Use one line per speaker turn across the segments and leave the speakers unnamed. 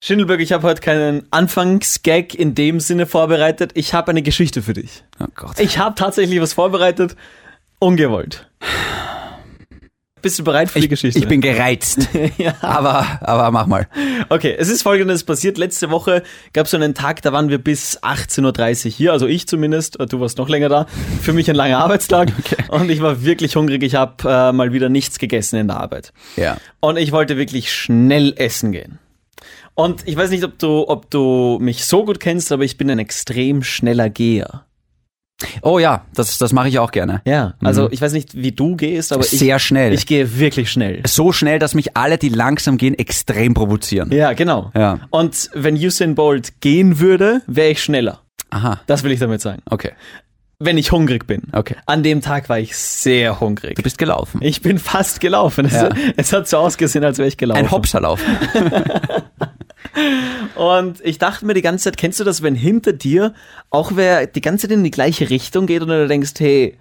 Schindelberg, ich habe heute keinen Anfangsgag in dem Sinne vorbereitet. Ich habe eine Geschichte für dich.
Oh Gott.
Ich habe tatsächlich was vorbereitet, ungewollt. Bist du bereit für die Geschichte?
Ich bin gereizt.
Ja.
Aber, aber mach mal.
Okay, es ist folgendes passiert. Letzte Woche gab es so einen Tag, da waren wir bis 18.30 Uhr hier, also ich zumindest, du warst noch länger da. Für mich ein langer Arbeitstag und ich war wirklich hungrig. Ich habe äh, mal wieder nichts gegessen in der Arbeit.
Ja.
Und ich wollte wirklich schnell essen gehen. Und ich weiß nicht, ob du, ob du mich so gut kennst, aber ich bin ein extrem schneller Geher.
Oh ja, das, das mache ich auch gerne.
Ja, also ich weiß nicht, wie du gehst, aber ich,
Mhm. Sehr schnell.
ich gehe wirklich schnell.
so schnell, dass mich alle, die langsam gehen, extrem provozieren.
Ja, genau.
Ja.
Und wenn Usain Bolt gehen würde, wäre ich schneller.
Aha.
Das will ich damit sagen.
Okay.
Wenn ich hungrig bin.
Okay.
An dem Tag war ich sehr hungrig.
Du bist gelaufen.
Ich bin fast gelaufen. Es,
Ja.
es hat so ausgesehen, als wäre ich gelaufen.
Ein Hopserlauf.
Und ich dachte mir die ganze Zeit, kennst du das, wenn hinter dir auch wer die ganze Zeit in die gleiche Richtung geht und du denkst, hey,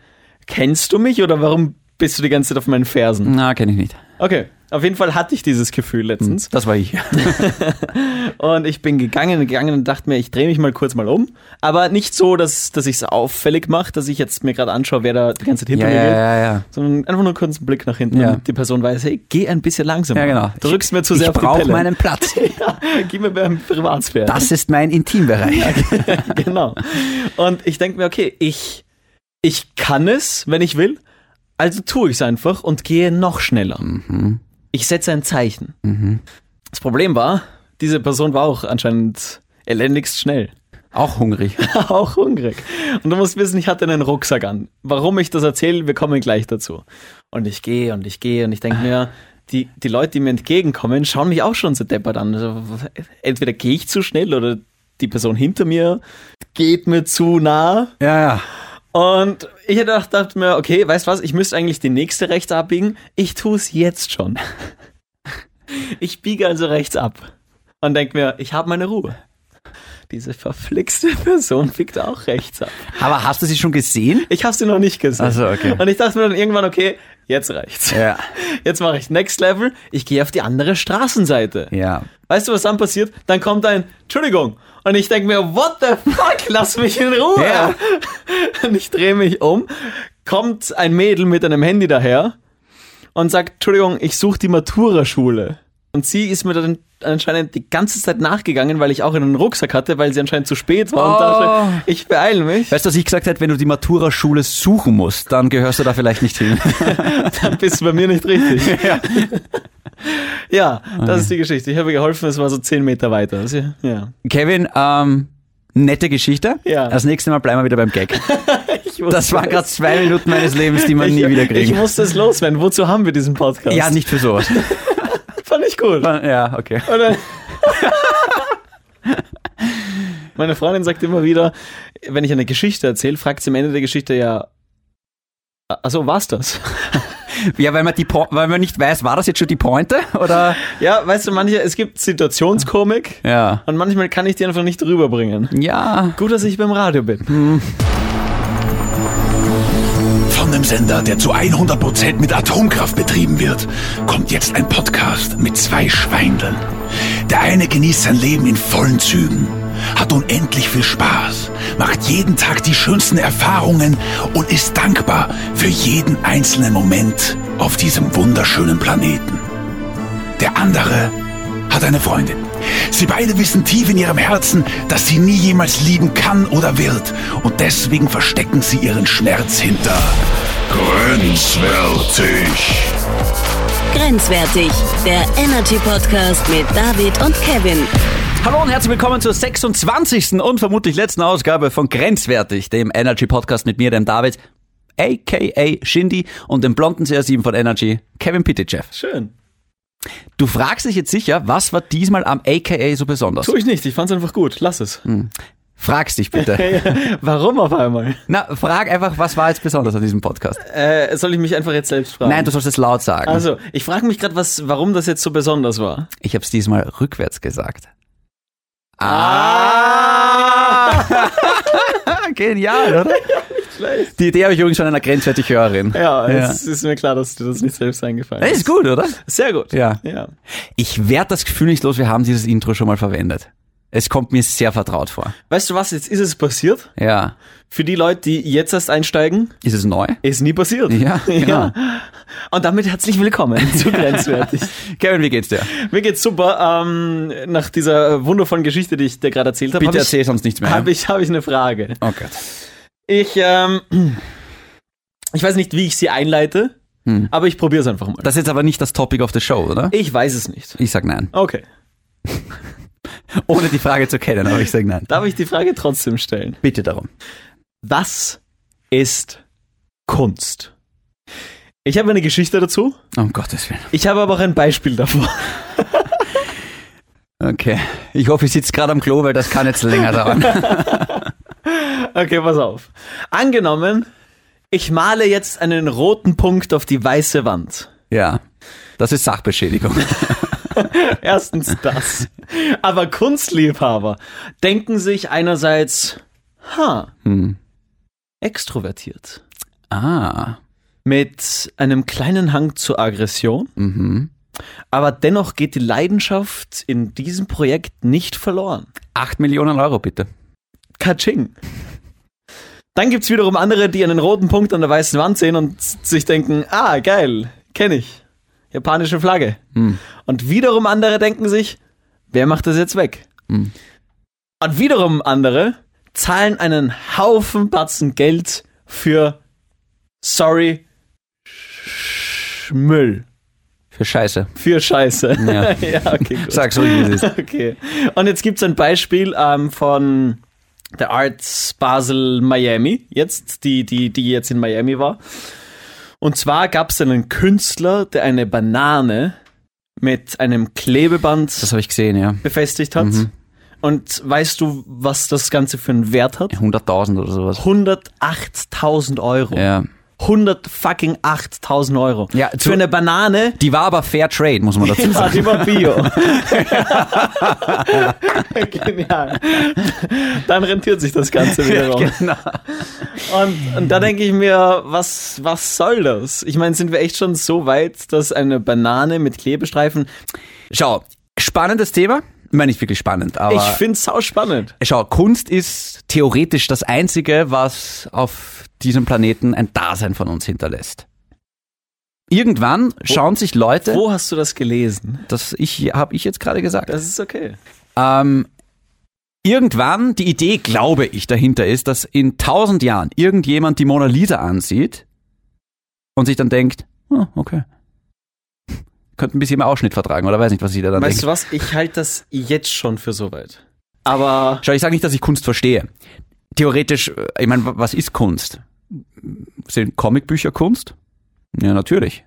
kennst du mich oder warum bist du die ganze Zeit auf meinen Fersen?
Na, kenne ich nicht.
Okay. Auf jeden Fall hatte ich dieses Gefühl letztens.
Das war ich. Mhm.
Und ich bin gegangen, gegangen und dachte mir, ich drehe mich mal kurz mal um. Aber nicht so, dass, dass ich es auffällig mache, dass ich jetzt mir gerade anschaue, wer da die ganze Zeit hinter
Ja,
mir
ja,
geht.
ja, ja.
Sondern einfach nur kurz einen Blick nach hinten,
Ja.
damit die Person weiß, hey, geh ein bisschen langsamer.
Ja, genau.
Du rückst mir zu
Ich
sehr auf die
brauche
Pelle.
meinen Platz.
ja, gib mir beim Privatsphäre.
Das ist mein Intimbereich.
genau. Und ich denke mir, okay, ich, ich kann es, wenn ich will. Also tue ich es einfach und gehe noch schneller. Ich setze ein Zeichen. Das Problem war, diese Person war auch anscheinend elendigst schnell.
Auch hungrig.
auch hungrig. Und du musst wissen, ich hatte einen Rucksack an. Warum ich das erzähle, wir kommen gleich dazu. Und ich gehe und ich gehe und ich denke mir, die, die Leute, die mir entgegenkommen, schauen mich auch schon so deppert an. Also, entweder gehe ich zu schnell oder die Person hinter mir geht mir zu nah.
Ja, ja.
Und ich hätte auch- dachte mir, okay, weißt du was, ich müsste eigentlich die nächste rechts abbiegen. Ich tue es jetzt schon. Ich biege also rechts ab und denke mir, ich habe meine Ruhe. Diese verflixte Person biegt auch rechts ab.
Aber hast du sie schon gesehen?
Ich habe sie noch nicht gesehen.
Ach so, okay.
Und ich dachte mir dann irgendwann, okay, jetzt reicht's.
Ja.
Jetzt mache ich Next Level. Ich gehe auf die andere Straßenseite.
Ja.
Weißt du, was dann passiert? Dann kommt ein Entschuldigung. Und ich denke mir, what the fuck, lass mich in Ruhe.
Ja.
Und ich drehe mich um, kommt ein Mädel mit einem Handy daher und sagt, Entschuldigung, ich suche die Matura-Schule. Und sie ist mir dann anscheinend die ganze Zeit nachgegangen, weil ich auch einen Rucksack hatte, weil sie anscheinend zu spät war und
Oh.
dachte, ich beeile mich.
Weißt du, was ich gesagt hätte? Wenn du die Matura-Schule suchen musst, dann gehörst du da vielleicht nicht hin.
dann bist du bei mir nicht richtig. ja. das ist die Geschichte. Ich habe ihr geholfen, es war so 10 Meter weiter. Also, ja.
Kevin, ähm, nette Geschichte.
Ja.
Das nächste Mal bleiben wir wieder beim Gag.
Ich
Das waren gerade zwei Minuten meines Lebens, die man
ich,
nie wieder
Ich
kriegen.
musste es loswerden. Wozu haben wir diesen Podcast?
Ja, nicht für sowas.
Fand ich gut.
Ja, okay.
Oder? Meine Freundin sagt immer wieder, wenn ich eine Geschichte erzähle, fragt sie am Ende der Geschichte ja, also war's das?
Ja, weil man, die Po- weil man nicht weiß, war das jetzt schon die Pointe? Oder?
Ja, weißt du, manche, es gibt Situationskomik
Ja.
und manchmal kann ich die einfach nicht rüberbringen.
Ja.
Gut, dass ich beim Radio bin.
Hm.
Von dem Sender, der zu 100% mit Atomkraft betrieben wird, kommt jetzt ein Podcast mit zwei Schweindeln. Der eine genießt sein Leben in vollen Zügen, hat unendlich viel Spaß, macht jeden Tag die schönsten Erfahrungen und ist dankbar für jeden einzelnen Moment auf diesem wunderschönen Planeten. Der andere hat eine Freundin. Sie beide wissen tief in ihrem Herzen, dass sie nie jemals lieben kann oder wird. Und deswegen verstecken sie ihren Schmerz hinter Grenzwertig.
Grenzwertig, der Energy Podcast mit David und Kevin.
Hallo und herzlich willkommen zur 26. und vermutlich letzten Ausgabe von Grenzwertig, dem Energy Podcast mit mir, dem David, aka Shindy und dem blonden CR7 von Energy, Kevin Pitychev.
Schön.
Du fragst dich jetzt sicher, was war diesmal am aka so besonders?
Tu ich nicht, ich fand's einfach gut. Lass es.
Hm. Fragst dich bitte.
Warum auf einmal?
Na, frag einfach, was war jetzt besonders an diesem Podcast?
Äh, soll ich mich einfach jetzt selbst fragen?
Nein, du sollst es laut sagen.
also, ich frage mich gerade, was, warum das jetzt so besonders war.
Ich hab's diesmal rückwärts gesagt. Ah! Genial, oder?
Ah. schlecht.
Die Idee habe ich übrigens von einer grenzwertig Hörerin.
Ja, es ist mir klar, dass dir das nicht selbst eingefallen
Ist gut, oder?
Sehr gut.
Ja.
ja.
Ich werde das Gefühl nicht los, wir haben dieses Intro schon mal verwendet. Es kommt mir sehr vertraut vor.
Weißt du was, jetzt ist es passiert.
Ja.
Für die Leute, die jetzt erst einsteigen,
Ist es neu?
ist nie passiert.
Ja, genau.
ja. Und damit herzlich willkommen zu Grenzwertig.
Kevin, wie geht's dir?
Mir geht's super. Ähm, nach dieser wundervollen Geschichte, die ich dir gerade erzählt habe,
Bitte
habe ich,
erzähl's uns nichts mehr.
hab ich, hab ich eine Frage.
Oh Gott.
Ich, ähm, ich weiß nicht, wie ich sie einleite, aber ich probiere es einfach mal.
Das ist jetzt aber nicht das Topic of the Show, oder?
Ich weiß es nicht.
Ich sag nein.
Okay.
Ohne die Frage zu kennen, aber ich sag nein.
Darf ich die Frage trotzdem stellen?
Bitte darum.
Was ist Kunst? Ich habe eine Geschichte dazu.
Um Gottes Willen.
Ich habe aber auch ein Beispiel davor.
Okay. Ich hoffe, ich sitze gerade am Klo, weil das kann jetzt länger dauern.
Okay, pass auf. Angenommen, ich male jetzt einen roten Punkt auf die weiße Wand.
ja. Das ist Sachbeschädigung.
Erstens das. Aber Kunstliebhaber denken sich einerseits, ha,
Hm.
extrovertiert.
Ah.
Mit einem kleinen Hang zur Aggression. Aber dennoch geht die Leidenschaft in diesem Projekt nicht verloren.
Acht Millionen Euro, bitte.
Katsching. Dann gibt's wiederum andere, die einen roten Punkt an der weißen Wand sehen und s- sich denken, ah, geil, kenne ich. Japanische Flagge. Und wiederum andere denken sich, wer macht das jetzt weg? Und wiederum andere zahlen einen Haufen Batzen Geld für, sorry, Sch- Müll.
Für Scheiße.
Für Scheiße.
Ja.
okay, gut.
Sag's ruhig, wie es ist.
Okay. Und jetzt gibt es ein Beispiel ähm, von der Arts Basel Miami, jetzt, die, die, die jetzt in Miami war. Und zwar gab es einen Künstler, der eine Banane mit einem Klebeband
Das habe ich gesehen, ja.
befestigt hat.
Mhm.
Und weißt du, was das Ganze für einen Wert hat?
100.000 oder sowas.
108.000 Euro.
Ja.
100 fucking 8.000 Euro.
Ja, zu-
für eine Banane,
Die war aber Fair Trade, muss man dazu
war
sagen.
immer Bio. Genial. Dann rentiert sich das Ganze wiederum.
genau.
Und, und da denke ich mir, was, was soll das? Ich meine, sind wir echt schon so weit, dass eine Banane mit Klebestreifen.
Schau, spannendes Thema. Ich meine, nicht wirklich spannend, aber.
Ich finde es sau spannend.
Schau, Kunst ist theoretisch das Einzige, was auf diesem Planeten ein Dasein von uns hinterlässt. Irgendwann schauen sich Leute,
Wo hast du das gelesen?
das ich, habe ich jetzt gerade gesagt,
Das ist okay.
ähm, irgendwann die Idee, glaube ich, dahinter ist, dass in tausend Jahren irgendjemand die Mona Lisa ansieht und sich dann denkt, oh, okay, könnte ein bisschen mehr Ausschnitt vertragen oder weiß nicht, was sie da dann denkt.
Weißt du was? Ich halte das jetzt schon für so weit. Aber
Schau, ich sage nicht, dass ich Kunst verstehe. Theoretisch, äh, ich meine, wa- was ist Kunst? Sind Comicbücher Kunst? Ja, natürlich.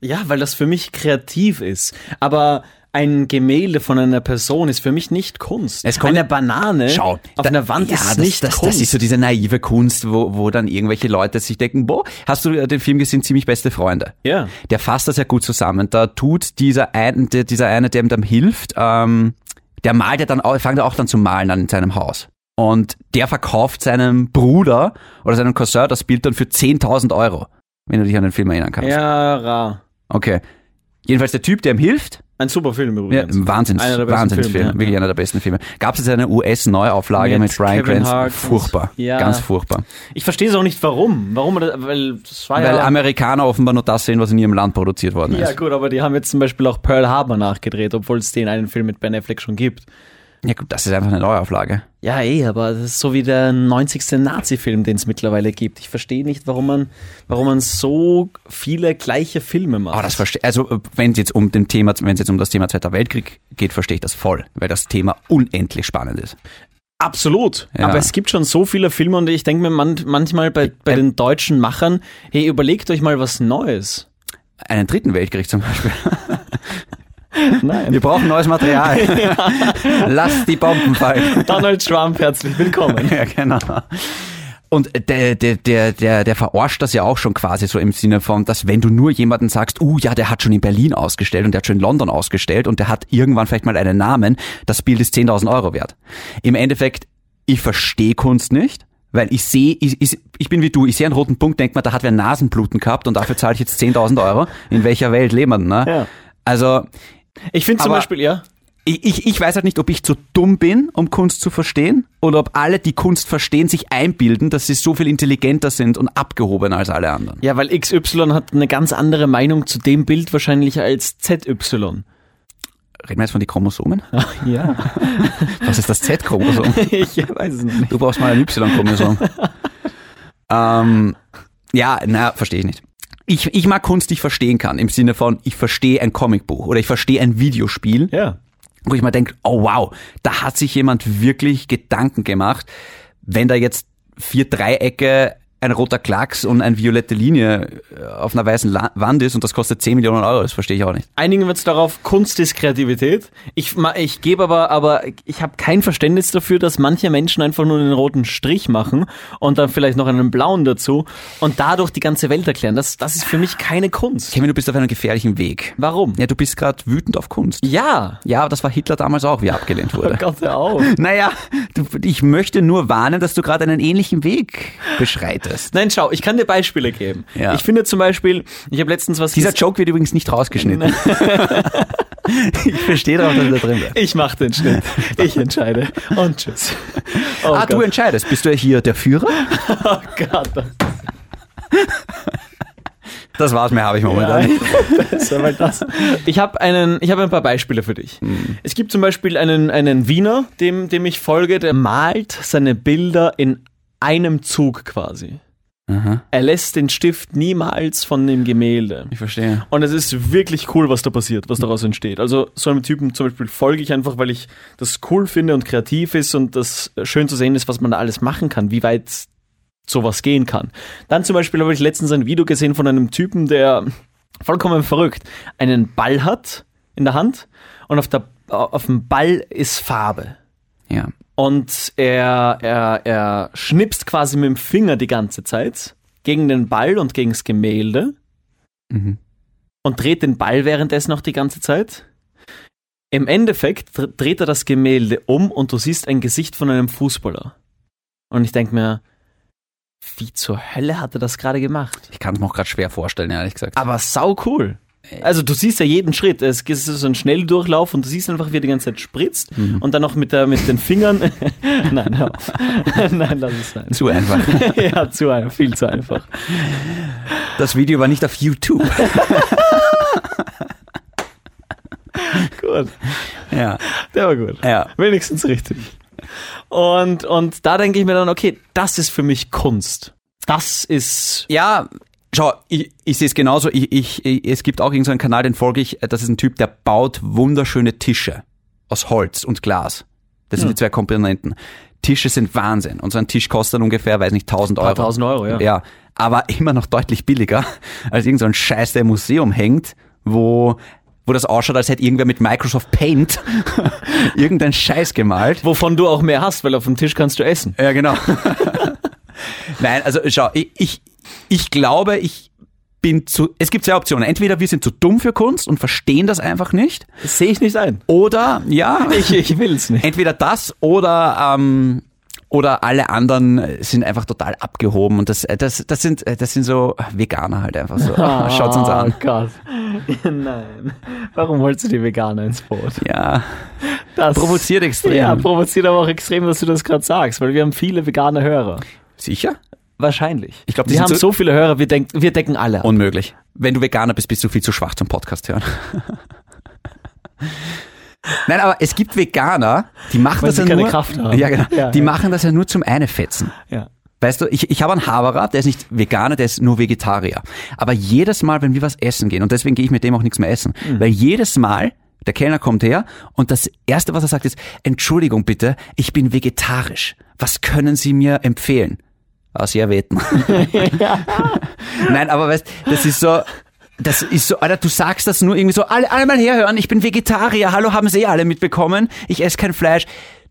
ja, weil das für mich kreativ ist. Aber ein Gemälde von einer Person ist für mich nicht Kunst.
Es kommt-
eine Banane
Schau,
auf
da-
einer Wand
ja,
ist
das,
nicht
das,
Kunst.
Das ist so diese naive Kunst, wo, wo dann irgendwelche Leute sich denken, boah, hast du äh, den Film gesehen, ziemlich beste Freunde?
Ja.
Der fasst das ja gut zusammen. Da tut dieser eine, der, dieser eine, der ihm dann hilft, ähm, der malt ja dann, au- fängt ja auch dann zu malen an in seinem Haus. Und der verkauft seinem Bruder oder seinem Cousin das Bild dann für 10.000 Euro, wenn du dich an den Film erinnern kannst.
Ja, rar.
Okay. Jedenfalls der Typ, der ihm hilft,
Ein super Film
ja,
übrigens.
Wahnsinns,
Einer der besten
Wahnsinnsfilm,
Filme, ja.
wirklich einer der besten Filme. Gab es jetzt eine US-Neuauflage mit,
Mit
Brian
Kevin
Cranston?
Hart.
Furchtbar,
Ja.
ganz furchtbar.
Ich verstehe es auch nicht, warum. Warum, das- weil das war
Weil
Ah, ja...
Amerikaner offenbar nur das sehen, was in ihrem Land produziert worden
ja
ist.
gut, aber die haben jetzt zum Beispiel auch Pearl Harbor nachgedreht, obwohl es den einen Film mit Ben Affleck schon gibt.
Ja gut, das ist einfach eine Neuauflage.
Ja, eh, aber das ist so wie der 90. Nazi-Film, den es mittlerweile gibt. Ich verstehe nicht, warum man, warum man so viele gleiche Filme macht.
Aber das verstehe also wenn es jetzt um dem Thema, wenn es jetzt um das Thema Zweiter Weltkrieg geht, verstehe ich das voll, weil das Thema unendlich spannend ist.
Absolut.
Ja.
Aber es gibt schon so viele Filme und ich denke mir man, manchmal bei, bei den deutschen Machern, hey, überlegt euch mal was Neues.
Einen dritten Weltkrieg zum Beispiel.
Nein.
Wir brauchen neues Material. Lasst die Bomben fallen.
Donald Trump, herzlich willkommen.
Ja, genau. Und der, der, der, der, der verarscht das ja auch schon quasi so im Sinne von, dass wenn du nur jemanden sagst, uh ja, der hat schon in Berlin ausgestellt und der hat schon in London ausgestellt und der hat irgendwann vielleicht mal einen Namen, das Bild ist 10.000 Euro wert. Im Endeffekt, ich verstehe Kunst nicht, Weil ich sehe, ich, ich, ich bin wie du, ich sehe einen roten Punkt, denk mir, da hat wer Nasenbluten gehabt und dafür zahle ich jetzt 10.000 Euro. In welcher Welt leben wir denn, ne?
Ja.
Also,
Ich finde zum
Aber-
Beispiel, ja.
ich, ich, ich weiß halt nicht, ob ich zu dumm bin, um Kunst zu verstehen, oder ob alle, die Kunst verstehen, sich einbilden, dass sie so viel intelligenter sind und abgehobener als alle anderen.
Ja, weil XY hat eine ganz andere Meinung zu dem Bild wahrscheinlich als ZY.
Reden wir jetzt von den Chromosomen?
Ja.
Was ist das Z-Chromosom?
ich weiß es nicht.
Du brauchst mal ein Y-Chromosom. ähm, ja, na, verstehe ich nicht. Ich, ich mag Kunst, die ich verstehen kann, im Sinne von, ich verstehe ein Comicbuch oder ich verstehe ein Videospiel,
Ja.
wo ich mal denke, oh wow, da hat sich jemand wirklich Gedanken gemacht, wenn da jetzt vier Dreiecke, ein roter Klacks und eine violette Linie äh, auf einer weißen La Wand ist und das kostet 10 Millionen Euro, das verstehe ich auch nicht.
Einigen wir uns darauf, Kunst ist Kreativität. Ich, ma- ich gebe aber, aber ich habe kein Verständnis dafür, dass manche Menschen einfach nur einen roten Strich machen und dann vielleicht noch einen blauen dazu und dadurch die ganze Welt erklären. Das, das ist für mich keine Kunst.
Kevin, du bist auf einem gefährlichen Weg.
Warum?
Ja, du bist gerade wütend auf Kunst.
Ja.
Ja, aber das war Hitler damals auch, wie er abgelehnt
Oh
wurde.
Gott, hör auf.
Naja, du, ich möchte nur warnen, dass du gerade einen ähnlichen Weg beschreitest.
Nein, schau, ich kann dir Beispiele geben.
Ja.
Ich finde zum Beispiel, ich habe letztens was
Dieser
ges-
Joke wird übrigens nicht rausgeschnitten. ich verstehe darauf, dass er da drin bleibt.
Ich mache den Schnitt. Ich entscheide. Und tschüss. Oh
ah,
Gott.
du entscheidest. Bist du hier der Führer?
Oh Gott,
Das war's mehr, habe ich momentan.
Nein, besser mal das. Ich habe einen, ich habe ein paar Beispiele für dich.
Hm.
Es gibt zum Beispiel einen, einen Wiener, dem, dem ich folge, der malt seine Bilder in einem Zug quasi.
Aha,
Er lässt den Stift niemals von dem Gemälde.
ich verstehe.
Und es ist wirklich cool, was da passiert, was daraus entsteht. Also so einem Typen zum Beispiel folge ich einfach, weil ich das cool finde und kreativ ist und das schön zu sehen ist, was man da alles machen kann, wie weit sowas gehen kann. Dann zum Beispiel habe ich letztens ein Video gesehen von einem Typen, der vollkommen verrückt einen Ball hat in der Hand und auf, der, auf dem Ball ist Farbe.
Ja.
Und er, er, er schnipst quasi mit dem Finger die ganze Zeit gegen den Ball und gegen das Gemälde
Mhm.
und dreht den Ball währenddessen noch die ganze Zeit. Im Endeffekt dr- dreht er das Gemälde um und du siehst ein Gesicht von einem Fußballer. Und ich denke mir, wie zur Hölle hat er das gerade gemacht?
Ich kann es mir auch gerade schwer vorstellen, ehrlich gesagt.
Aber sau cool. Also du siehst ja jeden Schritt. Es ist so ein Schnelldurchlauf und du siehst einfach, wie er die ganze Zeit spritzt und dann noch mit, der, mit den Fingern. Nein, hör auf. Nein, lass es sein.
Zu einfach.
ja, zu einfach, viel zu einfach.
Das Video war nicht auf YouTube.
Gut,
ja.
der war gut.
Ja.
Wenigstens richtig. Und, und da denke ich mir dann, okay, das ist für mich Kunst. Das ist.
Ja, schau, ich, ich sehe es genauso. Ich, ich, ich, es gibt auch irgendeinen so einen Kanal, den folge ich. äh, Das ist ein Typ, der baut wunderschöne Tische aus Holz und Glas. Das sind die zwei Komponenten. Tische sind Wahnsinn. Und so ein Tisch kostet dann ungefähr, weiß nicht, 1000 Euro.
paar tausend Euro, ja.
Ja, aber immer noch deutlich billiger als irgendein so ein Scheiß, der im Museum hängt, wo, wo das ausschaut, als hätte irgendwer mit Microsoft Paint irgendeinen Scheiß gemalt.
Wovon du auch mehr hast, weil auf dem Tisch kannst du essen.
Ja, genau. Nein, also schau, ich, ich, ich glaube, ich bin zu. Es gibt zwei Optionen. Entweder wir sind zu dumm für Kunst und verstehen das einfach nicht.
Das sehe ich nicht ein.
Oder ja,
Ich, ich will es nicht.
entweder das oder ähm, oder alle anderen sind einfach total abgehoben und das, äh, das, das sind, äh, das sind so Veganer halt einfach so. Schaut's uns an.
Oh Gott. Nein. Warum holst du die Veganer ins Boot?
Ja,
Das
provoziert extrem.
Ja, provoziert aber auch extrem, dass du das gerade sagst, weil wir haben viele vegane Hörer.
Sicher?
Wahrscheinlich.
Ich glaub, die
wir
sind
haben
so-
so, viele Hörer, wir, denk, wir decken alle. ab.
Unmöglich. Wenn du Veganer bist, bist du viel zu schwach zum Podcast hören. Nein, aber es gibt Veganer, die machen
Weil
das
sie
ja
keine
nur.
Kraft haben.
Ja, genau.
Ja,
die
ja.
machen das ja nur zum Einefetzen.
Ja.
Weißt du, ich, ich habe einen Haberer, der ist nicht Veganer, der ist nur Vegetarier. Aber jedes Mal, wenn wir was essen gehen, und deswegen gehe ich mit dem auch nichts mehr essen,
Mhm.
weil jedes Mal der Kellner kommt her und das Erste, was er sagt, ist, Entschuldigung bitte, ich bin vegetarisch. Was können Sie mir empfehlen? Aus Jerweten. Nein, aber weißt, das ist so... Das ist so, Alter, du sagst das nur irgendwie so, alle, alle mal herhören, ich bin Vegetarier, hallo, haben sie eh alle mitbekommen, ich esse kein Fleisch.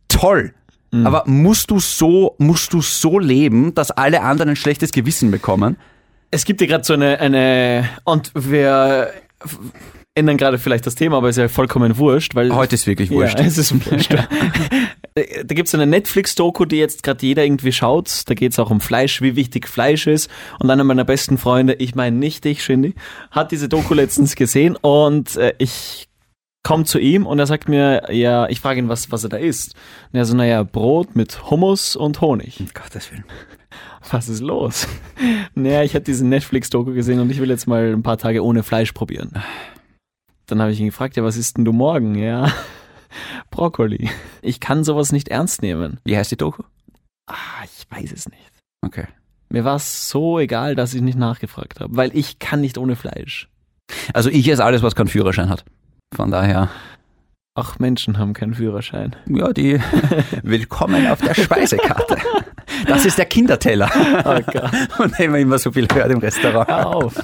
Toll.
Mhm.
Aber musst du so, musst du so leben, dass alle anderen ein schlechtes Gewissen bekommen?
Es gibt ja gerade so eine, eine. Und wir f- ändern gerade vielleicht das Thema, aber ist ja vollkommen wurscht, weil.
Heute ist wirklich wurscht.
Ja, es ist wurscht. äh, da gibt es eine Netflix-Doku, die jetzt gerade jeder irgendwie schaut. Da geht es auch um Fleisch, wie wichtig Fleisch ist. Und einer meiner besten Freunde, ich meine nicht dich, Shindy, hat diese Doku letztens gesehen und äh, ich komme zu ihm und er sagt mir, ja, ich frage ihn, was, was er da isst. Und er so, naja, Brot mit Hummus und Honig.
Um Gottes Willen.
Was ist los? naja, ich habe diese Netflix-Doku gesehen und ich will jetzt mal ein paar Tage ohne Fleisch probieren. Dann habe ich ihn gefragt, ja, was isst denn du morgen? Ja, Brokkoli. Ich kann sowas nicht ernst nehmen.
Wie heißt die Doku?
Ah, ich weiß es nicht.
Okay.
Mir war es so egal, dass ich nicht nachgefragt habe, weil ich kann nicht ohne Fleisch.
Also ich esse alles, was keinen Führerschein hat. Von daher,
Ach, Menschen haben keinen Führerschein.
ja, die willkommen auf der Speisekarte. Das ist der Kinderteller,
Oh Gott,
von dem man immer so viel hört im Restaurant. Ah,
hör auf.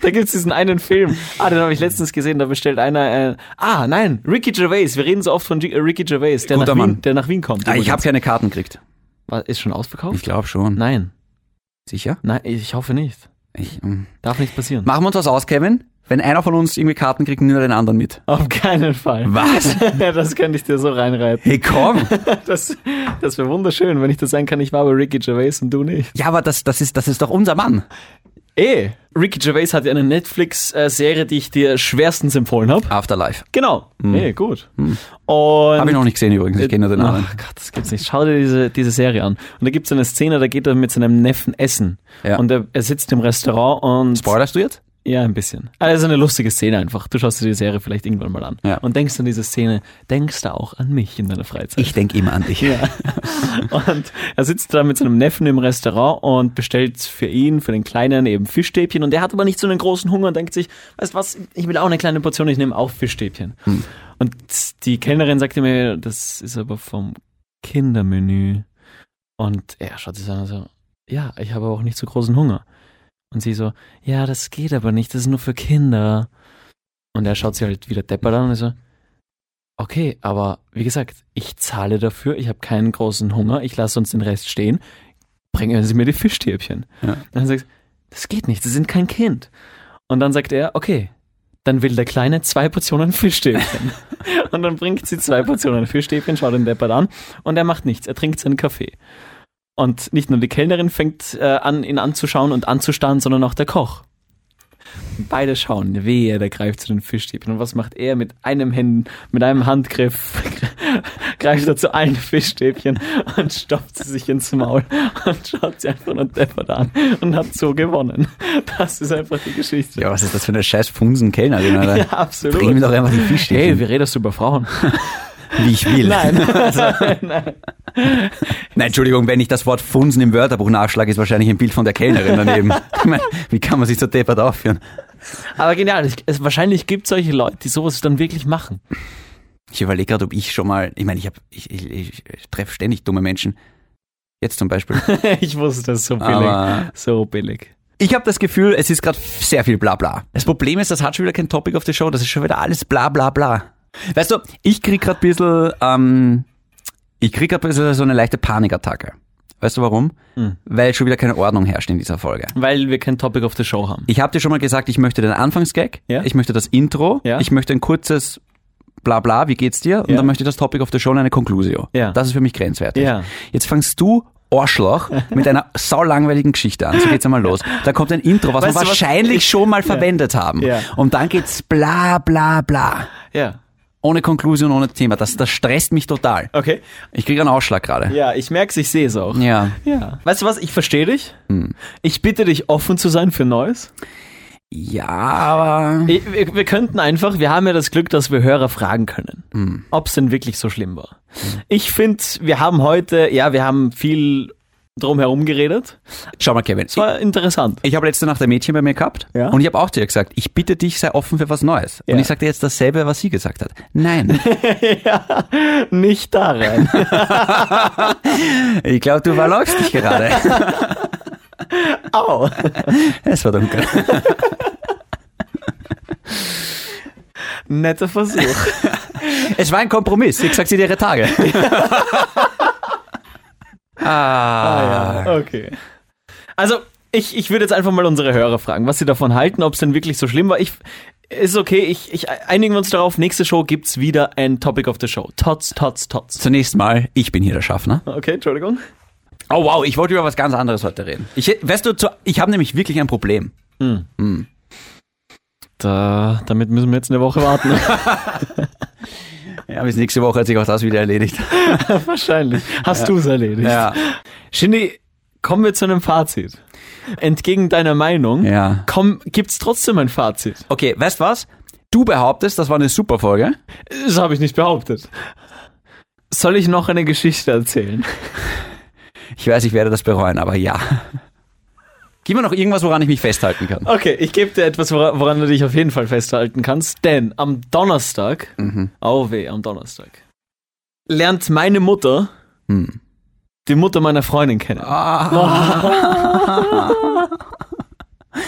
Da gibt es diesen einen Film. Ah, den habe ich letztens gesehen, da bestellt einer. Äh, ah, nein, Ricky Gervais. Wir reden so oft von G äh, Ricky Gervais, der,
Guter
nach
Mann.
Wien, der nach Wien kommt.
Ah, ich habe keine Karten gekriegt.
War- Ist schon ausverkauft?
Ich glaube schon.
Nein,
Hm. Sicher?
nein, ich hoffe nicht.
Ich, ähm.
Darf nicht passieren.
Machen wir uns was aus, Kevin? Wenn einer von uns irgendwie Karten kriegt, nimm den anderen mit.
Auf keinen Fall.
Was?
das könnte ich dir so reinreiten.
Hey, komm!
Das, das wäre wunderschön, wenn ich das sagen kann, ich war bei Ricky Gervais und du nicht.
Ja, aber das, das, ist, das ist doch unser Mann.
Eh, Ricky Gervais hat ja eine Netflix-Serie, die ich dir schwerstens empfohlen habe.
Afterlife.
Genau. Eh, gut. Und
Habe ich noch nicht gesehen übrigens, ich kenne nur den Namen.
Ach Gott, das gibt's nicht. Schau dir diese, diese Serie an. Und da gibt's eine Szene, da geht er mit seinem Neffen essen.
Ja.
Und er, er sitzt im Restaurant und.
Spoilerst du jetzt?
Ja, ein bisschen. Also eine lustige Szene einfach. Du schaust dir die Serie vielleicht irgendwann mal an.
Ja.
Und denkst an diese Szene, denkst da auch an mich in deiner Freizeit.
Ich denke immer an dich.
Und er sitzt da mit seinem Neffen im Restaurant und bestellt für ihn, für den Kleinen eben Fischstäbchen. Und der hat aber nicht so einen großen Hunger und denkt sich, weißt du was, ich will auch eine kleine Portion, ich nehme auch Fischstäbchen. Und die Kellnerin sagte mir, das ist aber vom Kindermenü. Und er schaut sich an und so, ja, ich habe aber auch nicht so großen Hunger. Und sie so, ja, das geht aber nicht, das ist nur für Kinder. Und er schaut sie halt wieder deppert an und so, okay, aber wie gesagt, ich zahle dafür, ich habe keinen großen Hunger, ich lasse uns den Rest stehen, bringen Sie mir die Fischstäbchen.
Ja.
Dann sagst du, das geht nicht, Sie sind kein Kind. Und dann sagt er, okay, dann will der Kleine zwei Portionen Fischstäbchen. und dann bringt sie zwei Portionen Fischstäbchen, schaut den Deppert an und er macht nichts, er trinkt seinen Kaffee. Und nicht nur die Kellnerin fängt äh, an, ihn anzuschauen und anzustarren, sondern auch der Koch. Beide schauen, wehe, der greift zu den Fischstäbchen. Und was macht er mit einem Händen, mit einem Handgriff? greift er zu allen Fischstäbchen und stopft sie sich ins Maul und schaut sie einfach nur deppert an und hat so gewonnen. Das ist einfach die Geschichte.
Ja, was ist das für eine scheiß Funsen-Kellner? Ja,
absolut.
Bring mir doch einfach die
Hey,
Fischstäbchen,
wie redest du über Frauen?
wie ich will. Nein, Entschuldigung, wenn ich das Wort Funsen im Wörterbuch nachschlage, ist wahrscheinlich ein Bild von der Kellnerin daneben. Ich meine, wie kann man sich so deppert aufführen?
Aber genial, ich- es, wahrscheinlich gibt es solche Leute, die sowas dann wirklich machen.
Ich überlege gerade, ob ich schon mal, ich meine, ich, hab- ich, ich, ich, ich treffe ständig dumme Menschen. Jetzt zum Beispiel.
ich wusste das so billig.
Aber-
so billig.
Ich habe das Gefühl, es ist gerade sehr viel Blabla. Das Problem ist, das hat schon wieder kein Topic auf der Show, das ist schon wieder alles Blablabla. Weißt du, ich krieg gerade ein bisschen, ähm, ich krieg gerade ein bisschen so eine leichte Panikattacke. Weißt du warum? Weil schon wieder keine Ordnung herrscht in dieser Folge.
Weil wir kein Topic of the Show haben.
Ich habe dir schon mal gesagt, ich möchte den Anfangsgag,
Ja.
ich möchte das Intro,
Ja.
ich möchte ein kurzes Blabla, wie geht's dir? Und
Ja.
dann möchte ich das Topic of the Show und eine Conclusio.
Ja.
Das ist für mich grenzwertig.
Ja.
Jetzt fangst du Arschloch mit einer saulangweiligen Geschichte an. So geht's einmal los. Da kommt ein Intro, was
Weißt
wir
du, was-
wahrscheinlich schon mal verwendet haben.
Ja.
Und dann geht's bla bla bla.
Ja.
Ohne Konklusion, ohne Thema. Das, das stresst mich total.
Okay.
Ich kriege einen Ausschlag gerade.
Ja, ich merk's, ich sehe es auch.
Ja. Hm.
Ja. Weißt du was, ich verstehe dich. Ich bitte dich, offen zu sein für Neues.
Ja, aber.
Ich, wir, wir könnten einfach, wir haben ja das Glück, dass wir Hörer fragen können,
Hm.
ob es denn wirklich so schlimm war. Ich finde, wir haben heute, ja, wir haben viel drumherum geredet.
Schau mal, Kevin.
Es war interessant.
Ich habe letzte Nacht ein Mädchen bei mir gehabt
Ja.
und ich habe auch zu ihr gesagt, ich bitte dich, sei offen für was Neues.
Ja.
Und ich sagte jetzt dasselbe, was sie gesagt hat. Nein.
Nicht da rein.
ich glaube, du verläufst dich gerade.
Au.
es war dunkel.
Netter Versuch.
Es war ein Kompromiss. Ich sag sie dir ihre Tage. ah.
Okay. Also, ich, ich würde jetzt einfach mal unsere Hörer fragen, was sie davon halten, ob es denn wirklich so schlimm war. Ich, Ist okay, ich, ich einigen wir uns darauf. Nächste Show gibt's wieder ein Topic of the Show. Tots, tots, tots.
Zunächst mal, ich bin hier der Schaffner.
Okay, Entschuldigung.
Oh wow, ich wollte über was ganz anderes heute reden. Ich, weißt du, zu, ich habe nämlich wirklich ein Problem.
Da, damit müssen wir jetzt eine Woche warten.
Ja, bis nächste Woche hat sich auch das wieder erledigt.
Wahrscheinlich. Hast du's erledigt.
Ja,
Shindy, kommen wir zu einem Fazit. Entgegen deiner Meinung,
Ja.
komm, gibt's trotzdem ein Fazit.
okay, weißt was? Du behauptest, das war eine super Folge.
Das habe ich nicht behauptet. Soll ich noch eine Geschichte erzählen?
Ich weiß, ich werde das bereuen, aber ja. Gib mir noch irgendwas, woran ich mich festhalten kann.
Okay, ich gebe dir etwas, wora- woran du dich auf jeden Fall festhalten kannst, denn am Donnerstag, oh weh, am Donnerstag, lernt meine Mutter
Hm.
die Mutter meiner Freundin kennen.
Ah.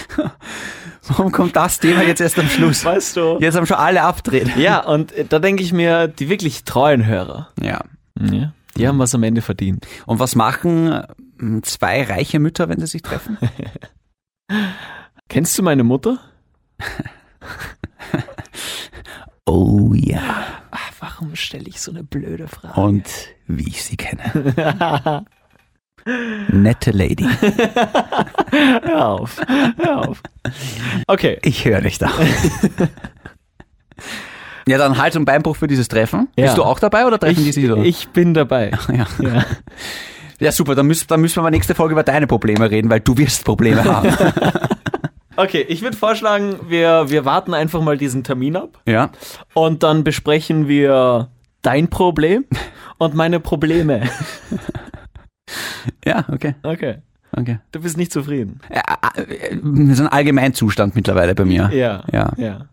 Warum kommt das Thema jetzt erst am Schluss?
Weißt du?
Jetzt haben schon alle abdreht.
Ja, und äh, da denke ich mir, die wirklich treuen Hörer,
Ja.
Mhm. die haben was am Ende verdient.
Und was machen äh, zwei reiche Mütter, wenn sie sich treffen?
Kennst du meine Mutter?
Oh ja.
Warum stelle ich so eine blöde Frage?
Und wie ich sie kenne. Nette Lady.
Hör auf, hör auf. Okay,
Ich höre dich da. ja, dann Hals- und Beinbruch für dieses Treffen.
Ja.
Bist du auch dabei oder treffen
ich,
die sich so?
ich bin dabei.
ja.
Ja.
ja, super. Dann müssen, dann müssen wir mal nächste Folge über deine Probleme reden, weil du wirst Probleme haben.
Okay, ich würde vorschlagen, wir, wir warten einfach mal diesen Termin ab
ja.
und dann besprechen wir dein Problem und meine Probleme.
Ja, okay.
Okay,
okay.
du bist nicht zufrieden.
Ä- ä- äh, so ein Allgemeinzustand mittlerweile bei mir.
Ja,
Ja.
ja.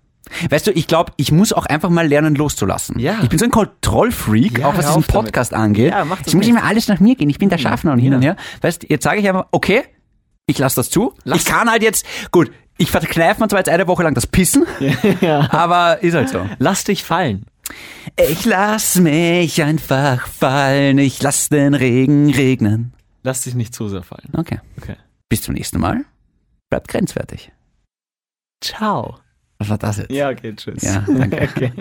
Weißt du, ich glaube, ich muss auch einfach mal lernen, loszulassen.
Ja.
Ich bin so ein Kontrollfreak,
Ja,
auch was
hör
diesen
auf damit.
Podcast angeht.
Ja, mach das
Jetzt muss ich
nicht.
mir alles nach mir gehen. Ich bin der Schaffner und hin und her. Weißt du, jetzt sage ich einfach, okay, ich lasse das zu. ich kann halt jetzt, gut, ich verkneife mir zwar jetzt eine Woche lang das Pissen, aber ist halt so.
Lass dich fallen.
Ich lass mich einfach fallen, ich lass den Regen regnen.
Lass dich nicht zu sehr fallen.
Okay.
Okay.
Bis zum nächsten Mal. Bleibt grenzwertig.
Ciao.
Was war das jetzt?
Ja, okay, tschüss.
Ja, danke.
Okay.